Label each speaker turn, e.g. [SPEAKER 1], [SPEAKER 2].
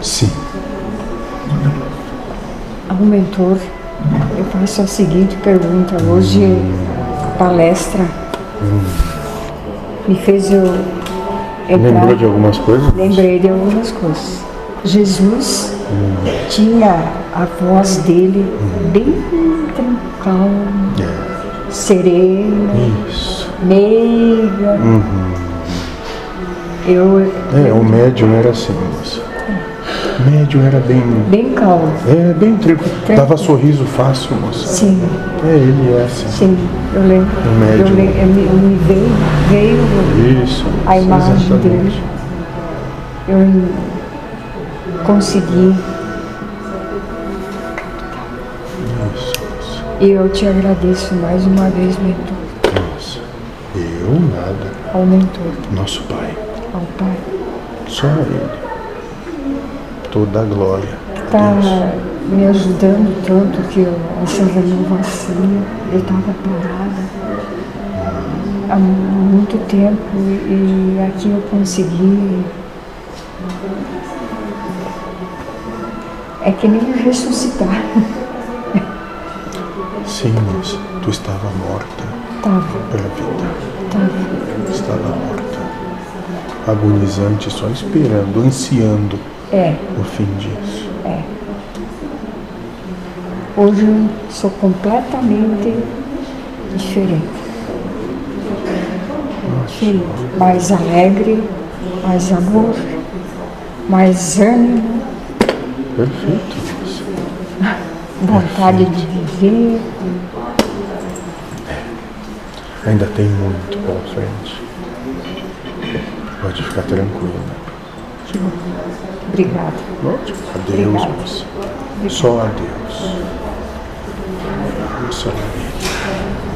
[SPEAKER 1] Sim.
[SPEAKER 2] Ao mentor, eu faço a seguinte pergunta. Hoje, a palestra me fez eu entrar...
[SPEAKER 1] Lembrou de algumas coisas?
[SPEAKER 2] Lembrei de algumas coisas. Jesus tinha a voz dele bem calma, serena,
[SPEAKER 1] É, Isso.
[SPEAKER 2] meiga. Eu
[SPEAKER 1] Uhum. É, o médium era assim, moça. O médium era bem.
[SPEAKER 2] bem calma.
[SPEAKER 1] É, bem tranquilo. Dava sorriso fácil, moça.
[SPEAKER 2] Sim,
[SPEAKER 1] É, ele é assim.
[SPEAKER 2] sim, eu lembro.
[SPEAKER 1] Um médium.
[SPEAKER 2] Eu, lem- eu me, eu me veio, veio,
[SPEAKER 1] Isso.
[SPEAKER 2] A
[SPEAKER 1] isso,
[SPEAKER 2] imagem
[SPEAKER 1] exatamente.
[SPEAKER 2] dele. eu consegui.
[SPEAKER 1] Isso, moça.
[SPEAKER 2] E eu te agradeço mais uma vez, mentor,
[SPEAKER 1] Nossa. Eu nada.
[SPEAKER 2] ao mentor,
[SPEAKER 1] Nosso Pai.
[SPEAKER 2] ao pai.
[SPEAKER 1] Só Ele. Toda a glória.
[SPEAKER 2] Está tá me ajudando tanto que eu, essa renovação, eu estava parada há muito tempo e aqui eu consegui. É que nem ressuscitar.
[SPEAKER 1] Sim, moça. Tu estava morta
[SPEAKER 2] Tava,
[SPEAKER 1] pela vida.
[SPEAKER 2] tava.
[SPEAKER 1] Estava morta. Agonizante, só esperando, ansiando
[SPEAKER 2] É,
[SPEAKER 1] o fim disso.
[SPEAKER 2] hoje eu sou completamente diferente.
[SPEAKER 1] Nossa.
[SPEAKER 2] Sim, mais alegre, mais amor, mais ânimo.
[SPEAKER 1] Perfeito, moça.
[SPEAKER 2] vontade de viver.
[SPEAKER 1] Ainda tem muito pela frente. Pode ficar tranquila.
[SPEAKER 2] Obrigada.
[SPEAKER 1] Lógico. A Deus,
[SPEAKER 2] Obrigada.
[SPEAKER 1] moça. Só a Deus. Nossa, Maria.